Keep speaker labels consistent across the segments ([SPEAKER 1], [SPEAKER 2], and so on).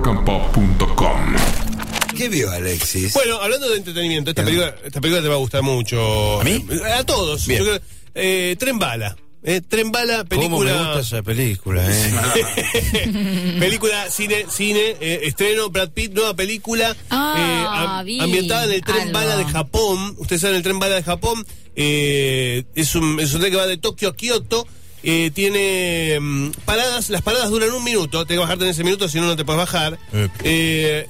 [SPEAKER 1] fmrockandpop.com
[SPEAKER 2] ¿Qué vio Alexis?
[SPEAKER 3] Bueno, hablando de entretenimiento, esta película, esta película te va a gustar mucho.
[SPEAKER 2] ¿A mí?
[SPEAKER 3] A todos.
[SPEAKER 2] Bien.
[SPEAKER 3] Yo creo- eh, Tren Bala. Eh, Tren Bala,
[SPEAKER 2] ¿Cómo me gusta
[SPEAKER 3] película.
[SPEAKER 2] esa película, eh?
[SPEAKER 3] película, cine, cine, eh, estreno, Brad Pitt, nueva película. eh,
[SPEAKER 4] Ah,
[SPEAKER 3] am-
[SPEAKER 4] vi
[SPEAKER 3] ambientada en el Tren
[SPEAKER 4] algo.
[SPEAKER 3] Bala de Japón. Ustedes saben el Tren Bala de Japón. eh, es, un, es un tren que va de Tokio a Kioto. eh, tiene mm, paradas, las paradas duran un minuto, tenés que bajarte en ese minuto, si no, no te puedes bajar.
[SPEAKER 2] Ep.
[SPEAKER 3] Eh,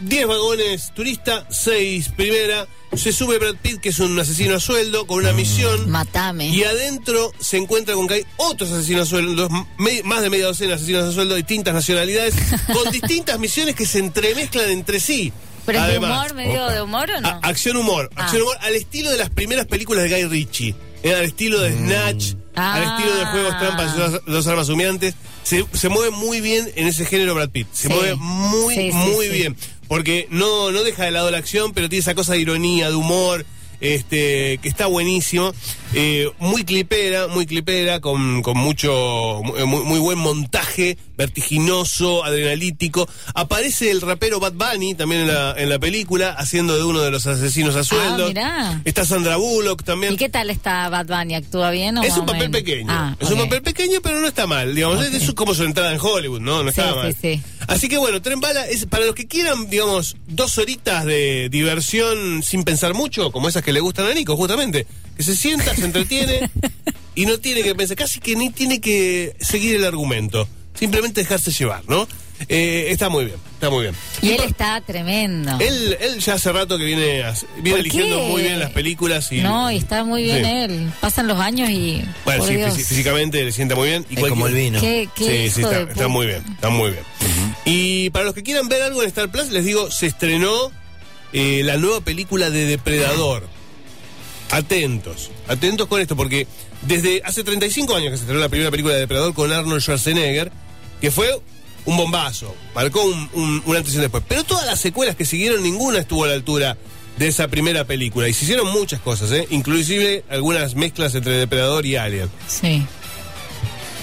[SPEAKER 3] 10 vagones turista, 6 primera. Se sube Brad Pitt, que es un asesino a sueldo, con una misión.
[SPEAKER 4] Matame.
[SPEAKER 3] Y adentro se encuentra con que hay otros asesinos a sueldos, me- más de media docena de asesinos a sueldo, distintas nacionalidades, con distintas misiones que se entremezclan entre sí.
[SPEAKER 4] ¿Pero es de
[SPEAKER 3] Además,
[SPEAKER 4] humor, medio
[SPEAKER 2] Opa.
[SPEAKER 4] de humor o no?
[SPEAKER 3] a- acción humor,
[SPEAKER 4] Ah.
[SPEAKER 3] acción humor al estilo de las primeras películas de Guy Ritchie, eh, al estilo de Snatch,
[SPEAKER 4] Ah.
[SPEAKER 3] al estilo de Juegos Trampas y dos, dos armas humeantes, se, se mueve muy bien en ese género Brad Pitt, se
[SPEAKER 4] Sí.
[SPEAKER 3] mueve muy
[SPEAKER 4] Sí, sí,
[SPEAKER 3] muy
[SPEAKER 4] sí.
[SPEAKER 3] bien, porque no no deja de lado la acción, pero tiene esa cosa de ironía, de humor. Este, que está buenísimo, eh, muy clipera, muy clipera, con, con mucho, mu- eh, muy, muy buen montaje, vertiginoso, adrenalítico. Aparece el rapero Bad Bunny también en la, en la película, haciendo de uno de los asesinos a sueldo.
[SPEAKER 4] Ah, mirá.
[SPEAKER 3] Está Sandra Bullock también.
[SPEAKER 4] ¿Y qué tal está Bad Bunny? ¿Actúa bien o
[SPEAKER 3] Es
[SPEAKER 4] más
[SPEAKER 3] un
[SPEAKER 4] o
[SPEAKER 3] papel
[SPEAKER 4] menos?
[SPEAKER 3] pequeño.
[SPEAKER 4] Ah,
[SPEAKER 3] es un
[SPEAKER 4] ok.
[SPEAKER 3] papel pequeño, pero no está mal. Digamos,
[SPEAKER 4] Ok.
[SPEAKER 3] es es como su entrada en Hollywood, ¿no? No
[SPEAKER 4] Sí,
[SPEAKER 3] está
[SPEAKER 4] sí,
[SPEAKER 3] mal.
[SPEAKER 4] sí.
[SPEAKER 3] Así que bueno, Tren Bala es para los que quieran, digamos, dos horitas de diversión sin pensar mucho, como esas que le gustan a Nico, justamente. Que se sienta, se entretiene y no tiene que pensar, casi que ni tiene que seguir el argumento. Simplemente dejarse llevar, ¿no? Eh, está muy bien, está muy bien.
[SPEAKER 4] Y él está tremendo.
[SPEAKER 3] Él, él ya hace rato que viene, a- viene
[SPEAKER 4] ¿Por
[SPEAKER 3] eligiendo
[SPEAKER 4] qué?
[SPEAKER 3] muy bien las películas y.
[SPEAKER 4] No, y está muy bien
[SPEAKER 3] Sí.
[SPEAKER 4] él. Pasan los años y.
[SPEAKER 3] Bueno,
[SPEAKER 4] por
[SPEAKER 3] sí,
[SPEAKER 4] Dios.
[SPEAKER 3] fisi- físicamente le sienta muy bien. Y
[SPEAKER 2] Es como el
[SPEAKER 3] cualquier-
[SPEAKER 2] vino.
[SPEAKER 4] ¿Qué, qué
[SPEAKER 3] Sí,
[SPEAKER 4] hijo
[SPEAKER 3] sí, está,
[SPEAKER 4] de
[SPEAKER 3] está
[SPEAKER 4] pu-
[SPEAKER 3] muy bien, está muy bien. Y para los que quieran ver algo en Star Plus, les digo, se estrenó eh, la nueva película de Depredador. Atentos, atentos con esto, porque desde hace 35 años que se estrenó la primera película de Depredador con Arnold Schwarzenegger, que fue un bombazo, marcó un, un, un antes y un después. Pero todas las secuelas que siguieron, ninguna estuvo a la altura de esa primera película. Y se hicieron muchas cosas, ¿eh? inclusive algunas mezclas entre Depredador y Alien.
[SPEAKER 4] Sí.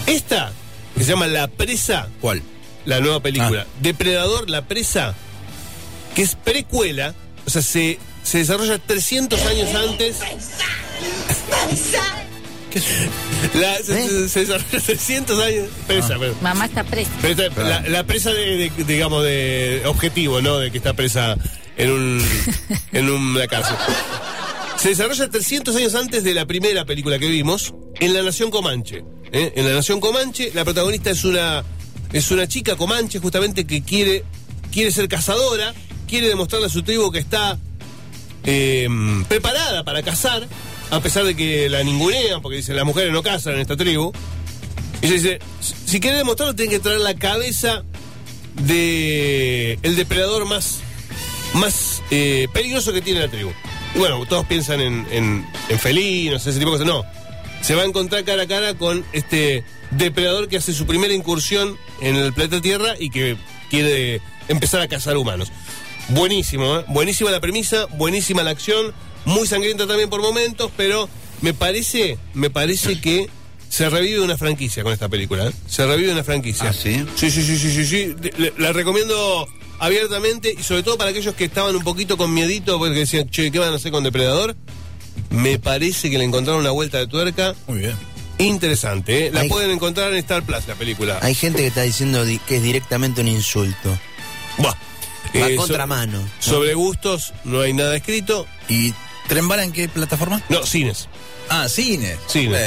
[SPEAKER 3] Esta, que se llama La Presa,
[SPEAKER 2] ¿Cuál?
[SPEAKER 3] la nueva película. Depredador, la presa, que es precuela, o sea, se, se desarrolla 300 años antes. La- se,
[SPEAKER 2] ¿Eh?
[SPEAKER 3] se- se desarrolla 300 años. Presa, perdón.
[SPEAKER 4] Mamá está presa.
[SPEAKER 3] Pero está- la, la presa de, de- digamos, de objetivo, ¿no? De que está presa en un en una cárcel. Se desarrolla 300 años antes de la primera película que vimos, en La Nación Comanche. ¿eh? En La Nación Comanche, la protagonista es una es una chica comanche justamente que quiere quiere ser cazadora, quiere demostrarle a su tribu que está eh, preparada para cazar, a pesar de que la ningunean, porque dicen las mujeres no cazan en esta tribu. Ella dice, si quiere demostrarlo, tiene que traer la cabeza de el depredador más, más eh, peligroso que tiene la tribu. Y bueno, todos piensan en, en, en felinos, ese tipo de cosas. No, se va a encontrar cara a cara con este depredador que hace su primera incursión en el planeta Tierra y que quiere empezar a cazar humanos. Buenísimo, ¿eh? buenísima la premisa, buenísima la acción, muy sangrienta también por momentos, pero me parece, me parece que se revive una franquicia con esta película. ¿eh? Se revive una franquicia.
[SPEAKER 2] Ah, ¿sí?
[SPEAKER 3] Sí, sí, sí, sí, sí, sí. De- le- La, recomiendo abiertamente y sobre todo para aquellos que estaban un poquito con miedito porque decían, che, ¿qué van a hacer con Depredador? Me parece que le encontraron una vuelta de tuerca
[SPEAKER 2] Muy bien.
[SPEAKER 3] interesante. ¿eh? La
[SPEAKER 2] Ay.
[SPEAKER 3] pueden encontrar en Star Plus, la película.
[SPEAKER 2] Hay gente que está diciendo di- que es directamente un insulto.
[SPEAKER 3] Buah.
[SPEAKER 2] Va
[SPEAKER 3] Eh,
[SPEAKER 2] contramano. ¿no?
[SPEAKER 3] so- sobre gustos no hay nada escrito.
[SPEAKER 5] ¿Y Tren Bala en qué plataforma?
[SPEAKER 3] No, cines.
[SPEAKER 5] Ah, cine.
[SPEAKER 3] Cine.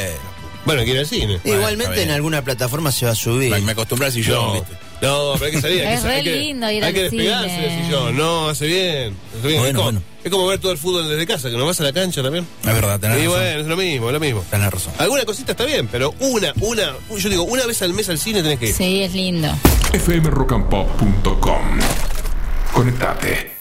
[SPEAKER 3] Bueno, quiere ir al cine.
[SPEAKER 5] Bueno,
[SPEAKER 2] Igualmente
[SPEAKER 5] está bien.
[SPEAKER 2] en alguna plataforma se va a subir.
[SPEAKER 5] Bueno, me acostumbré al sillón,
[SPEAKER 3] No,
[SPEAKER 5] ¿viste?
[SPEAKER 3] no, pero hay que salir. hay
[SPEAKER 4] Es
[SPEAKER 3] que, sa- hay
[SPEAKER 4] re
[SPEAKER 3] que-
[SPEAKER 4] lindo ir
[SPEAKER 3] Hay
[SPEAKER 4] al
[SPEAKER 3] que despegarse
[SPEAKER 4] cine.
[SPEAKER 3] del sillón. No, hace bien. hace bien.
[SPEAKER 5] Bueno,
[SPEAKER 3] es, como,
[SPEAKER 5] bueno.
[SPEAKER 3] es como ver todo el fútbol desde casa, que no vas a la cancha también.
[SPEAKER 5] Es verdad, tenés
[SPEAKER 3] Y
[SPEAKER 5] razón.
[SPEAKER 3] bueno, es lo mismo, es lo mismo.
[SPEAKER 5] Tenés razón.
[SPEAKER 3] Alguna cosita está bien, pero una, una, yo digo, una vez al mes al cine tenés que ir.
[SPEAKER 4] Sí, es lindo.
[SPEAKER 1] fmrockandpop.com Conectate